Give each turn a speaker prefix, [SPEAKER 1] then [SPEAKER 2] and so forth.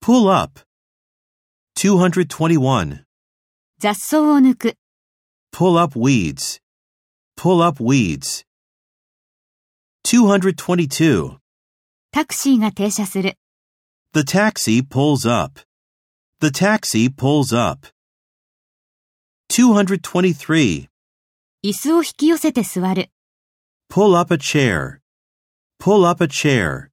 [SPEAKER 1] Pull up. 221.
[SPEAKER 2] 雑草を抜く、
[SPEAKER 1] Pull up weeds. Pull up weeds. 222.
[SPEAKER 2] タクシーが停車する、
[SPEAKER 1] The taxi pulls up. The taxi pulls up. 223.
[SPEAKER 2] 椅子を引き寄せて座る。
[SPEAKER 1] Pull up a chair. Pull up a chair.